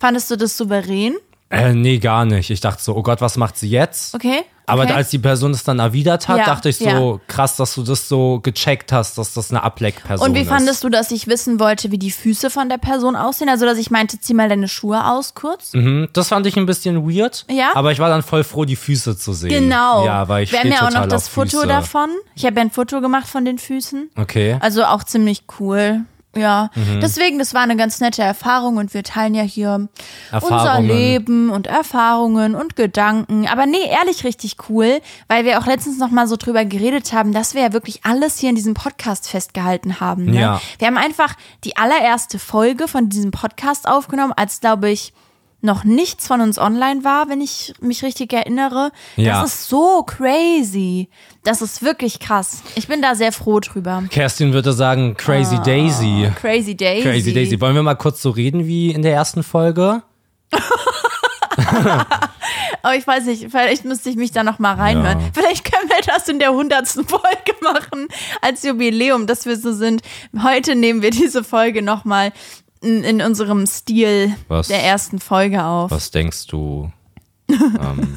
Fandest du das souverän? Äh, nee, gar nicht. Ich dachte so, oh Gott, was macht sie jetzt? Okay. Aber okay. als die Person es dann erwidert hat, Ja, dachte ich so, ja. krass, dass du das so gecheckt hast, dass das eine Ableckperson Und wie ist. fandest du, dass ich wissen wollte, wie die Füße von der Person aussehen? Also, dass ich meinte, zieh mal deine Schuhe aus kurz. Mhm, das fand ich ein bisschen weird. Ja? Aber ich war dann voll froh, die Füße zu sehen. Genau. Ja, weil ich Wir haben stehe ja auch total noch das auf Foto Füße. davon. Ich habe ja ein Foto gemacht von den Füßen. Okay. Mhm. Also auch ziemlich cool. Ja, deswegen, das war eine ganz nette Erfahrung und wir teilen ja hier unser Erfahrungen. Leben und Erfahrungen und Gedanken. Aber nee, ehrlich richtig cool, weil wir auch letztens nochmal so drüber geredet haben, dass wir ja wirklich alles hier in diesem Podcast festgehalten haben. Ne? Ja. Wir haben einfach die allererste Folge von diesem Podcast aufgenommen, als glaube ich noch nichts von uns online war, wenn ich mich richtig erinnere. Ja. Das ist so crazy. Das ist wirklich krass. Ich bin da sehr froh drüber. Kerstin würde sagen, Crazy Daisy. Crazy Ah. Daisy. Crazy Daisy. Wollen wir mal kurz so reden wie in der ersten Folge? Aber Oh, ich weiß nicht, vielleicht müsste ich mich da noch mal reinhören. Ja. Vielleicht können wir das in der hundertsten Folge (laughs) machen, als Jubiläum, dass wir so sind. Heute nehmen wir diese Folge noch mal in, in unserem Stil Was? der ersten Folge auf. Was denkst du? (laughs) ähm,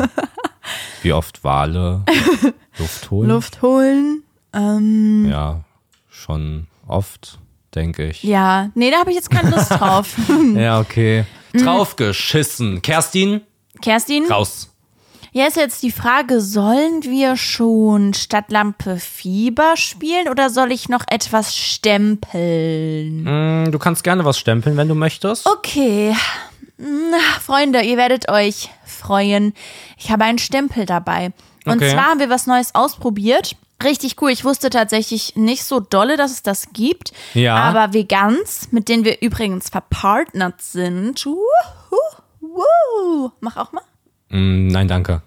wie oft Wale Luft holen? Luft holen. Ähm, Ja, schon oft, denke ich. ja, nee, da habe ich jetzt keine (laughs) Lust drauf. Ja, (laughs) okay. Draufgeschissen. Kerstin, Kerstin, raus. hier ist jetzt die Frage, sollen wir schon Stadtlampe Fieber spielen oder soll ich noch etwas stempeln? Mm, Du kannst gerne was stempeln, wenn du möchtest. Okay. Na, Freunde, ihr werdet euch freuen. Ich habe einen Stempel dabei. Und Okay. zwar haben wir was Neues ausprobiert. Richtig cool. Ich wusste tatsächlich nicht so dolle, dass es das gibt. Ja. Aber Vegans, mit denen wir übrigens verpartnert sind. Wuhu, wuhu. Mach auch mal. Mm, nein, danke.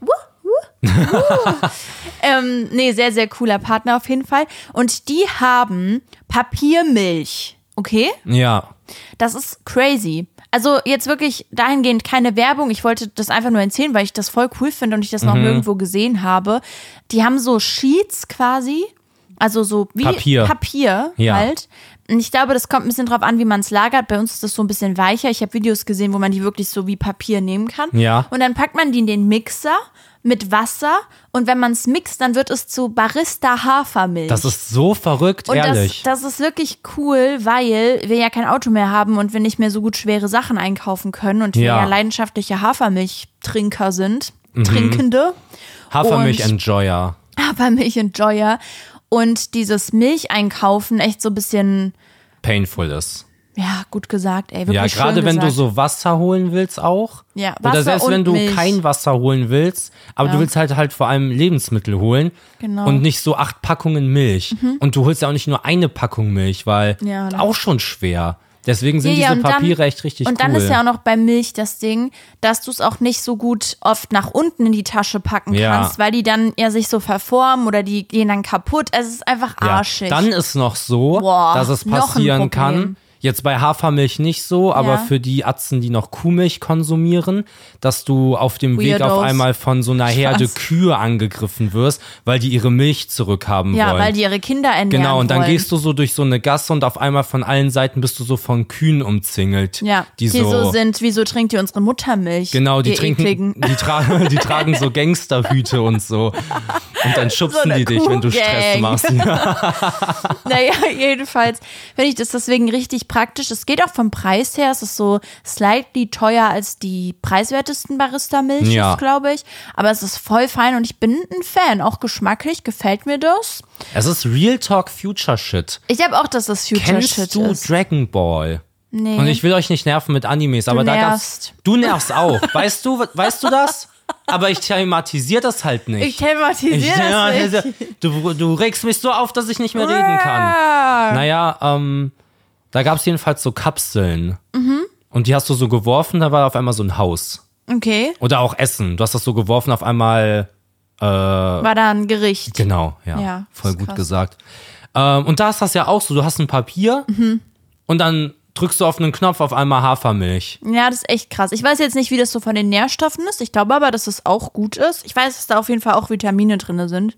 Ähm, nee, sehr, sehr cooler Partner auf jeden Fall. Und die haben Papiermilch. Okay? Ja. Das ist crazy. Also jetzt wirklich dahingehend keine Werbung. Ich wollte das einfach nur erzählen, weil ich das voll cool finde und ich das Mhm. noch nirgendwo gesehen habe. Die haben so Sheets quasi. Also so wie Papier. Papier Ja. halt. Und ich glaube, das kommt ein bisschen drauf an, wie man es lagert. Bei uns ist das so ein bisschen weicher. Ich habe Videos gesehen, wo man die wirklich so wie Papier nehmen kann. Ja. Und dann packt man die in den Mixer mit Wasser und wenn man es mixt, dann wird es zu Barista Hafermilch. Das ist so verrückt, Und ehrlich. Das, das ist wirklich cool, weil wir ja kein Auto mehr haben und wir nicht mehr so gut schwere Sachen einkaufen können und wir Ja. Mhm. ja leidenschaftliche Hafermilchtrinker sind. Trinkende. (laughs) Hafermilch-Enjoyer. Hafermilch-Enjoyer. Und dieses Milcheinkaufen echt so ein bisschen, Painful ist. ja, gut gesagt, ey. Wirklich Ja, schön gerade wenn du gesagt. so Wasser holen willst auch. Ja, Oder Wasser selbst wenn und du Milch. kein Wasser holen willst, aber du willst halt halt vor allem Lebensmittel holen Genau. Mhm. und nicht so acht Packungen Milch. Und du holst ja auch nicht nur eine Packung Milch, weil Ja, das- auch schon schwer. Deswegen sind Ja, ja, diese und dann- Papiere echt richtig Und dann cool. ist ja auch noch bei Milch das Ding, dass du es auch nicht so gut oft nach unten in die Tasche packen Ja. kannst, weil die dann ja sich so verformen oder die gehen dann kaputt. Also es ist einfach Ja, arschig. Dann ist noch so, Boah, dass es noch ein passieren Problem. kann. Jetzt bei Hafermilch nicht so, aber Ja. für die Atzen, die noch Kuhmilch konsumieren, dass du auf dem Weg auf Weirdos. einmal von so einer Herde Spaß. Kühe angegriffen wirst, weil die ihre Milch zurückhaben ja, wollen. weil die ihre Kinder ernähren Genau, und dann wollen. gehst du so durch so eine Gasse und auf einmal von allen Seiten bist du so von Kühen umzingelt. Ja, die, so, sind, wieso trinkt ihr unsere Muttermilch? Genau, die ihr trinken, (laughs) Ekligen? (laughs) die, tra die tragen so Gangsterhüte und so. Und dann schubsen eine die dich, wenn du Stress Kuhgang. (laughs) machst. Naja, jedenfalls finde ich das deswegen richtig praktisch. Es geht auch vom Preis her, es ist so slightly teuer als die preiswertesten Barista-Milch, Ja. glaube ich. Aber es ist voll fein und ich bin ein Fan. Auch geschmacklich gefällt mir das. Es ist Real Talk Future Shit. Ich glaube auch, dass das Future Kennst Shit du ist. Dragon Ball? Nee. Und ich will euch nicht nerven mit Animes, aber da gab's. nervst. Du nervst auch. Weißt du, weißt du das? Aber ich thematisiere das halt nicht. ich thematisiere Ich- das nicht. du, du regst mich so auf, dass ich nicht mehr reden kann. Ah. Naja, ähm, da gab's jedenfalls so Kapseln. Mhm. Und die hast du so geworfen, da war auf einmal so ein Haus. Okay, Oder auch Essen. Du hast das so geworfen, auf einmal. Äh. war da ein Gericht. Genau, ja. Ja, voll ist gut krass. gesagt. Ähm, und da ist das ja auch so. Du hast ein Papier Mhm. und dann drückst du auf einen Knopf auf einmal Hafermilch. Ja, das ist echt krass. Ich weiß jetzt nicht, wie das so von den Nährstoffen ist. Ich glaube aber, dass es auch gut ist. Ich weiß, dass da auf jeden Fall auch Vitamine drin sind.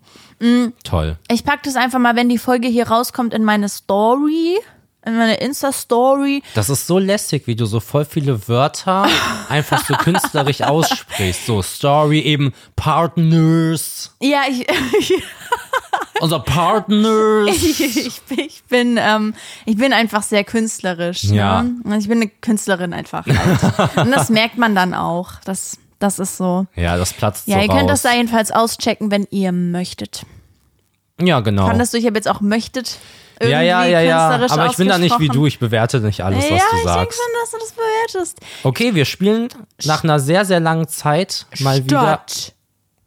Toll. Ich packe das einfach mal, wenn die Folge hier rauskommt, in meine Story. in meine Insta-Story. Das ist so lästig, wie du so voll viele (laughs) Wörter einfach so künstlerisch aussprichst. So Story eben Partners, Ja, ich, (laughs) ich, unser Partners. (laughs) ich, bin- ich, bin, ähm, ich bin einfach sehr künstlerisch. Ja. Ne? Also Ich bin eine Künstlerin einfach. (laughs) Halt. Und das merkt man dann auch. Das, das ist so. Ja, das platzt Ja, so ihr könnt das raus. da jedenfalls auschecken, wenn ihr möchtet. ja, genau. Fandest du, ich habe jetzt auch möchtet irgendwie ja, ja, ja, ja. künstlerisch Aber ich bin da nicht wie du. Ich bewerte nicht alles, ausgesprochen? was ja, du ich denke sagst. schon, dass du das bewertest. Okay, wir spielen nach einer sehr, sehr langen Zeit mal wieder. Stadt.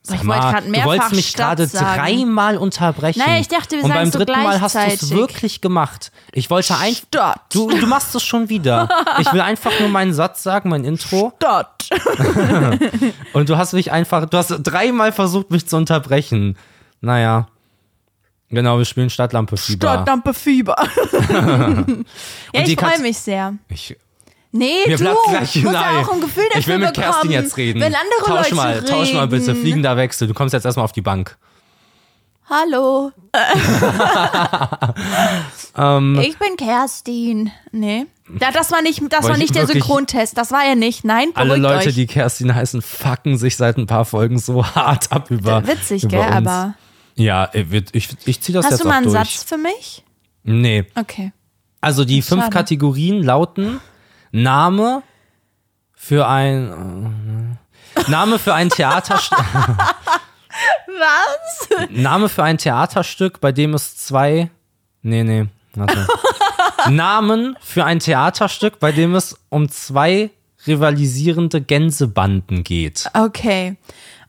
Boah, Ich Sag mal, wollte gerade du mehrfach wolltest mich Stadt gerade sagen. dreimal unterbrechen. Naja, ich dachte, wir Und sagen beim so dritten Mal hast du es gleichzeitig. wirklich gemacht. Ich wollte einfach. Stadt. Du, du machst es schon wieder. Ich will einfach nur meinen Satz sagen, mein Intro. Stadt. Und du hast mich einfach. Du hast dreimal versucht, mich zu unterbrechen. Naja. Genau, wir spielen Stadtlampe Fieber. (laughs) Stadtlampe Fieber. ja, die ich freue Kat- mich sehr. Ich, Nee, mir du bleibt gleich musst nein. auch ein Gefühl dafür Ich will mit bekommen, Kerstin jetzt reden. Wenn andere tausch Leute mal, reden. Tausch mal bitte. Fliegender Wechsel. Du kommst jetzt erstmal auf die Bank. (laughs) Hallo. Ähm. ich bin Kerstin. Nee. Da, das war nicht, das Boah, war ich- nicht der wirklich- Synchrontest. Das war er nicht. Nein, Alle beruhigt Leute, euch. die Kerstin heißen, fucken sich seit ein paar Folgen so (laughs) hart ab über. Witzig, über gell? uns. Aber Ja, ich, würd- ich, ich zieh das hast jetzt du mal auch einen durch. Satz für mich? Nee. Okay. Also die fünf schade. Kategorien lauten Name für ein äh, Name für ein (laughs) Theaterstück. Was? Name für ein Theaterstück, bei dem es zwei. Nee, nee. Warte. Namen für ein Theaterstück, bei dem es um zwei rivalisierende Gänsebanden geht. Okay.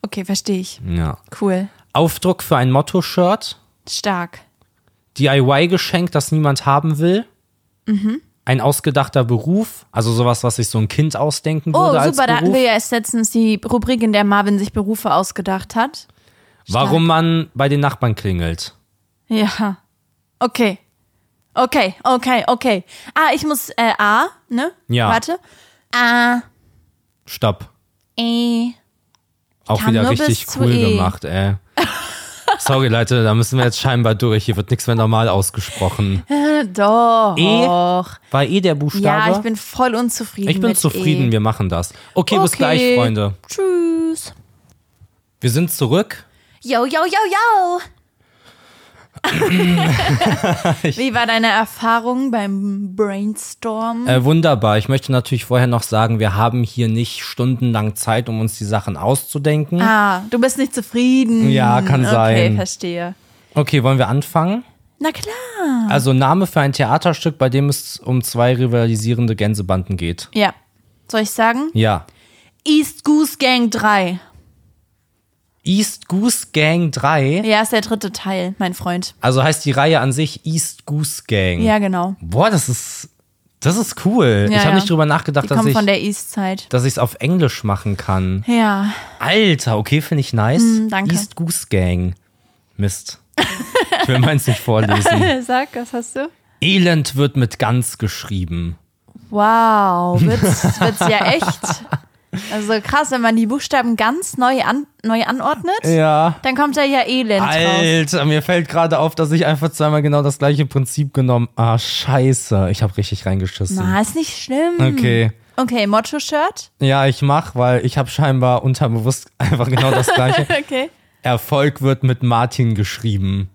Okay, verstehe ich. Ja. Cool. Aufdruck für ein Motto-Shirt. Stark. DIY-Geschenk, das niemand haben will. Mhm. Ein ausgedachter Beruf, also sowas, was sich so ein Kind ausdenken Oh, würde als super. Da hatten Beruf. wir ja erst letztens die Rubrik, in der Marvin sich Berufe ausgedacht hat. Warum man bei den Nachbarn klingelt. Ja. Okay. Okay, okay, okay. Ah, ich muss äh, A, ne? Ja. Warte. A, Stopp. E. Auch kam wieder nur bis richtig zu cool E. gemacht, (laughs) ey. Sorry, Leute, da müssen wir jetzt scheinbar durch. Hier wird nichts mehr normal ausgesprochen. Äh, Doch. E? War eh der Buchstabe? Ja, ich bin voll unzufrieden. Ich bin mit zufrieden, E. wir machen das. Okay, bis Okay. gleich, Freunde. Tschüss. Wir sind zurück. Yo, yo, yo, (laughs) yo. Wie war deine Erfahrung beim Brainstorm? Äh, wunderbar. Ich möchte natürlich vorher noch sagen, wir haben hier nicht stundenlang Zeit, um uns die Sachen auszudenken. ah, du bist nicht zufrieden. Ja, kann sein. Okay, verstehe. Okay, wollen wir anfangen? Na klar. Also Name für ein Theaterstück, bei dem es um zwei rivalisierende Gänsebanden geht. Ja. Soll ich sagen? Ja. East Goose Gang 3. East Goose Gang 3. Ja, ist der dritte Teil, mein Freund. Also heißt die Reihe an sich East Goose Gang. Ja, genau. Boah, das ist das ist cool. Ja, ich habe ja. nicht drüber nachgedacht, Die dass kommen ich von der East-Side. dass ich es auf Englisch machen kann. Ja, Alter, okay, finde ich nice. Mhm, danke. East Goose Gang. Mist. Ich will meins nicht (laughs) vorlesen. sag, was hast du? Elend wird mit ganz geschrieben. Wow, wird's, wird's (laughs) ja echt. Also krass, wenn man die Buchstaben ganz neu, an, neu anordnet, Ja. dann kommt da ja Elend raus. Alter, mir fällt gerade auf, dass ich einfach zweimal genau das gleiche Prinzip genommen. Ah, scheiße. Ich habe richtig reingeschissen. Na, ist nicht schlimm. Okay. Okay, Motto-Shirt. Ja, ich mach, weil ich habe scheinbar unterbewusst (laughs) einfach genau das (laughs) gleiche. Okay. Erfolg wird mit Martin geschrieben.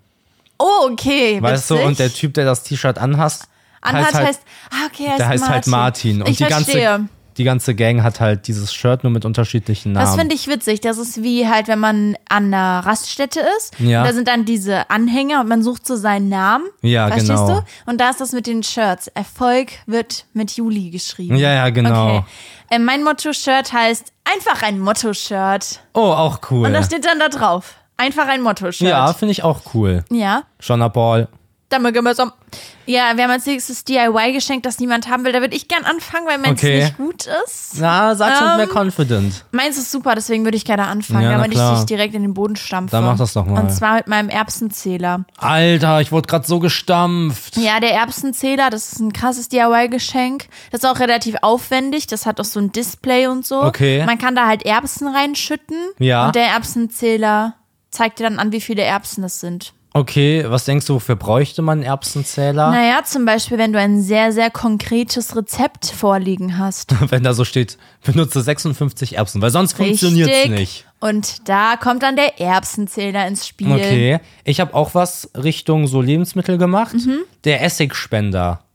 Oh, okay. Weißt du, witzig. und der Typ, der das T-Shirt anhast, halt- Anhalt heißt, ah, okay, heißt der heißt halt Martin. Und ich die verstehe. ganze, die ganze Gang hat halt dieses Shirt nur mit unterschiedlichen Namen. Das finde ich witzig. Das ist wie halt, wenn man an einer Raststätte ist. Ja. Und Da sind dann diese Anhänger und man sucht so seinen Namen. Ja, Verstehst genau. du? Und da ist das mit den Shirts. Erfolg wird mit Juli geschrieben. Ja, ja, genau. Okay. Äh, mein Motto-Shirt heißt einfach ein Motto-Shirt. oh, auch cool. Und das steht dann da drauf. Einfach ein Motto-Shirt. ja, finde ich auch cool. Ja. Jonna Paul. Damit gehen wir jetzt um. Ja, wir haben als nächstes DIY-Geschenk, das niemand haben will. Da würde ich gern anfangen, weil meins Okay. nicht gut ist. Na, sag's Ähm. mit mehr confident. Meins ist super, deswegen würde ich gerne anfangen, Ja, na damit ich klar. dich direkt in den Boden stampfe. Dann mach das doch mal. Und zwar mit meinem Erbsenzähler. Alter, ich wurde gerade so gestampft. Ja, der Erbsenzähler, das ist ein krasses DIY-Geschenk. Das ist auch relativ aufwendig. Das hat auch so ein Display und so. Okay. Man kann da halt Erbsen reinschütten. Ja. Und der Erbsenzähler zeigt dir dann an, wie viele Erbsen das sind. Okay, was denkst du, wofür bräuchte man einen Erbsenzähler? Naja, zum Beispiel, wenn du ein sehr, sehr konkretes Rezept vorliegen hast. (laughs) Wenn da so steht, benutze 56 Erbsen, weil sonst funktioniert es Richtig. nicht. Und da kommt dann der Erbsenzähler ins Spiel. Okay, ich habe auch was Richtung so Lebensmittel gemacht. Mhm. Der Essigspender.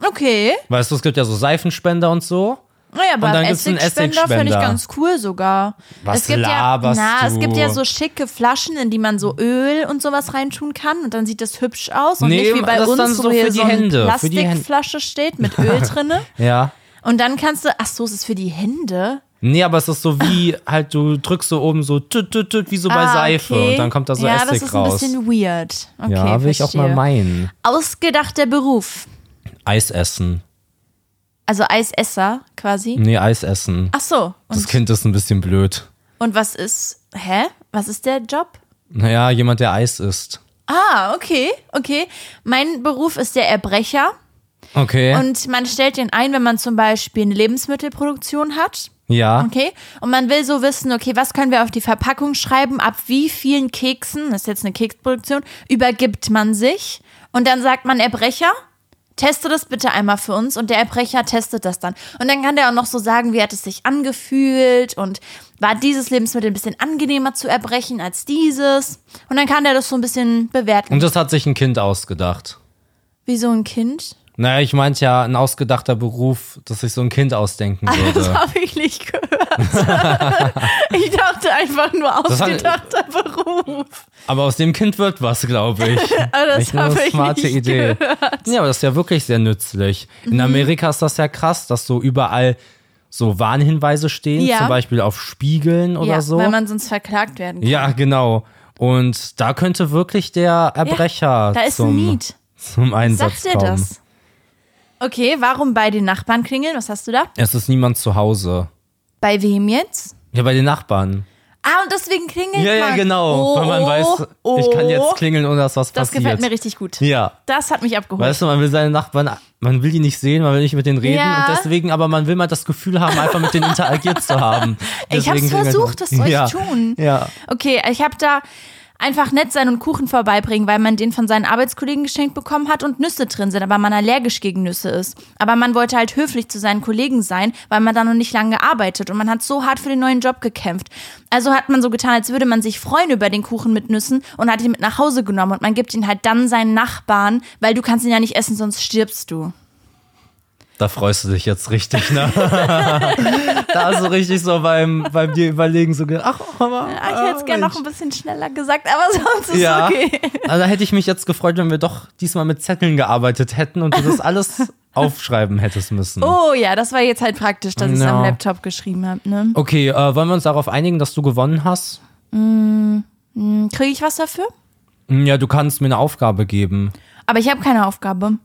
Okay. Weißt du, es gibt ja so Seifenspender und so. Naja, aber dann gibt's einen Essigspender finde ich Essigspender. ganz cool sogar. Was es gibt laberst ja, na, es du? gibt ja so schicke Flaschen, in die man so Öl und sowas reintun kann und dann sieht das hübsch aus und Nee, nicht wie bei das uns, dann so wo für hier die so eine Hände, für die Hände. Plastikflasche steht mit (laughs) Öl drinne. Ja. Und dann kannst du, ach so, es ist für die Hände. Nee, aber es ist so wie halt, du drückst so oben so tüt, tüt, tüt, wie so bei Ah, Seife okay. und dann kommt da so ja, Essig das ist raus. ein bisschen weird. Okay, ja, will ich auch mal verstehe. meinen. Ausgedachter Beruf. Eis essen. Also Eisesser quasi. Nee, Eis essen. Ach so. Mhm. Das Und, Kind ist ein bisschen blöd. und was ist, hä? Was ist der Job? Naja, jemand, der Eis isst. Ah, okay, okay. Mein Beruf ist der Erbrecher Okay. und man stellt den ein, wenn man zum Beispiel eine Lebensmittelproduktion hat. ja. Okay. Und man will so wissen, okay, was können wir auf die Verpackung schreiben? Ab wie vielen Keksen, das ist jetzt eine Keksproduktion, übergibt man sich? Und dann sagt man Erbrecher, teste das bitte einmal für uns. Und der Erbrecher testet das dann. Und dann kann der auch noch so sagen, wie hat es sich angefühlt und war dieses Lebensmittel ein bisschen angenehmer zu erbrechen als dieses? Und dann kann der das so ein bisschen bewerten. Und das hat sich ein Kind ausgedacht. Wie so ein Kind? Naja, ich meinte ja ein ausgedachter Beruf, dass sich so ein Kind ausdenken würde. (laughs) Das habe ich nicht gehört. (laughs) ich dachte einfach nur Das hat- ausgedachter Beruf. Aber aus dem Kind wird was, (laughs) glaube ich. Aber das Echt eine habe ich smarte nicht Mhm. Idee. Ja, aber das ist ja wirklich sehr nützlich. In Amerika ist das ja krass, dass so überall so Warnhinweise stehen, Ja. zum Beispiel auf Spiegeln oder ja, so. weil man sonst verklagt werden kann. ja, genau. Und da könnte wirklich der Erbrecher Da ist ein zum, Need. zum Einsatz Sagt dir kommen. das? Okay, warum bei den Nachbarn klingeln? Was hast du da? Es ist niemand zu Hause. Bei wem jetzt? Ja, bei den Nachbarn. Ah, und deswegen klingelt Ja, man. ja, genau. Oh, Weil man oh, weiß, oh, ich kann jetzt klingeln und dass was Das passiert. gefällt mir richtig gut. Ja. Das hat mich abgeholt. Weißt du, man will seine Nachbarn, man will die nicht sehen, man will nicht mit denen reden Ja. und deswegen, aber man will mal das Gefühl haben, einfach mit denen interagiert zu haben. (laughs) Ich hab's Deswegen- versucht, das soll ich ja. tun. Ja. Okay, ich habe da einfach nett sein und Kuchen vorbeibringen, weil man den von seinen Arbeitskollegen geschenkt bekommen hat und Nüsse drin sind, aber man allergisch gegen Nüsse ist. Aber man wollte halt höflich zu seinen Kollegen sein, weil man da noch nicht lange gearbeitet und man hat so hart für den neuen Job gekämpft. Also hat man so getan, als würde man sich freuen über den Kuchen mit Nüssen und hat ihn mit nach Hause genommen und man gibt ihn halt dann seinen Nachbarn, weil du kannst ihn ja nicht essen, sonst stirbst du. Da freust du dich jetzt richtig, (laughs) ne? (laughs) da hast du richtig so beim, beim dir überlegen so gedacht, ach, äh, Mama. Ah, ich hätte es gerne noch ein bisschen schneller gesagt, aber (laughs) sonst ist Oh, (laughs) ja, okay. also da hätte ich mich jetzt gefreut, wenn wir doch diesmal mit Zetteln gearbeitet hätten und du das (laughs) alles aufschreiben hättest müssen. Oh ja, das war jetzt halt praktisch, dass ich es Ja. am Laptop geschrieben habe. Ne? Okay, äh, wollen wir uns darauf einigen, dass du gewonnen hast? Kriege ich was dafür? Hm, Ja, du kannst mir eine Aufgabe geben. Aber ich habe keine Aufgabe.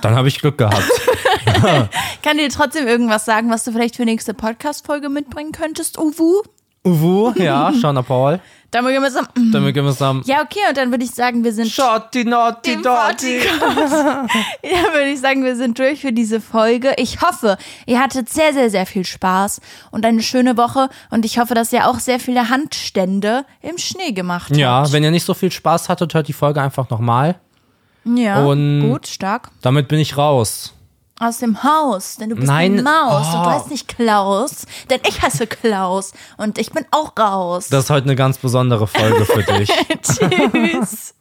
Dann habe ich Glück gehabt. (laughs) Ich kann dir trotzdem irgendwas sagen, was du vielleicht für nächste Podcast-Folge mitbringen könntest, Uwu. Uwu, ja, Shauna Paul. Dann wir gemeinsam. Damit gehen wir zusammen. mm. Ja, okay, und dann würde ich sagen, wir sind. Shorty, naughty, Dem Podcast. (laughs) ja, würde ich sagen, wir sind durch für diese Folge. Ich hoffe, ihr hattet sehr, sehr, sehr viel Spaß und eine schöne Woche. Und ich hoffe, dass ihr auch sehr viele Handstände im Schnee gemacht Ja, habt. wenn ihr nicht so viel Spaß hattet, hört die Folge einfach nochmal. Ja, und- gut, stark. Damit bin ich raus. Aus dem Haus, denn du bist Nein. eine Maus und Oh. du heißt nicht Klaus, denn ich heiße Klaus und ich bin auch raus. Das ist heute eine ganz besondere Folge für dich. (laughs) Tschüss.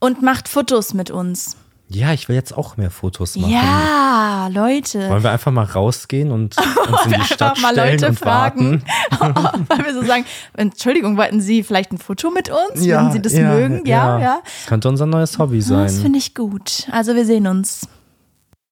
Und macht Fotos mit uns. Ja, ich will jetzt auch mehr Fotos machen. Ja, Leute. Wollen wir einfach mal rausgehen (laughs) und uns in die Stadt Äh. Einfach mal stellen Leute und fragen. (laughs) warten? Weil wir so sagen, Entschuldigung, wollten Sie vielleicht ein Foto mit uns? Ja, Würden Sie das mögen? Ja, ja. Könnte unser neues Hobby Das sein. finde ich gut. Also wir sehen uns.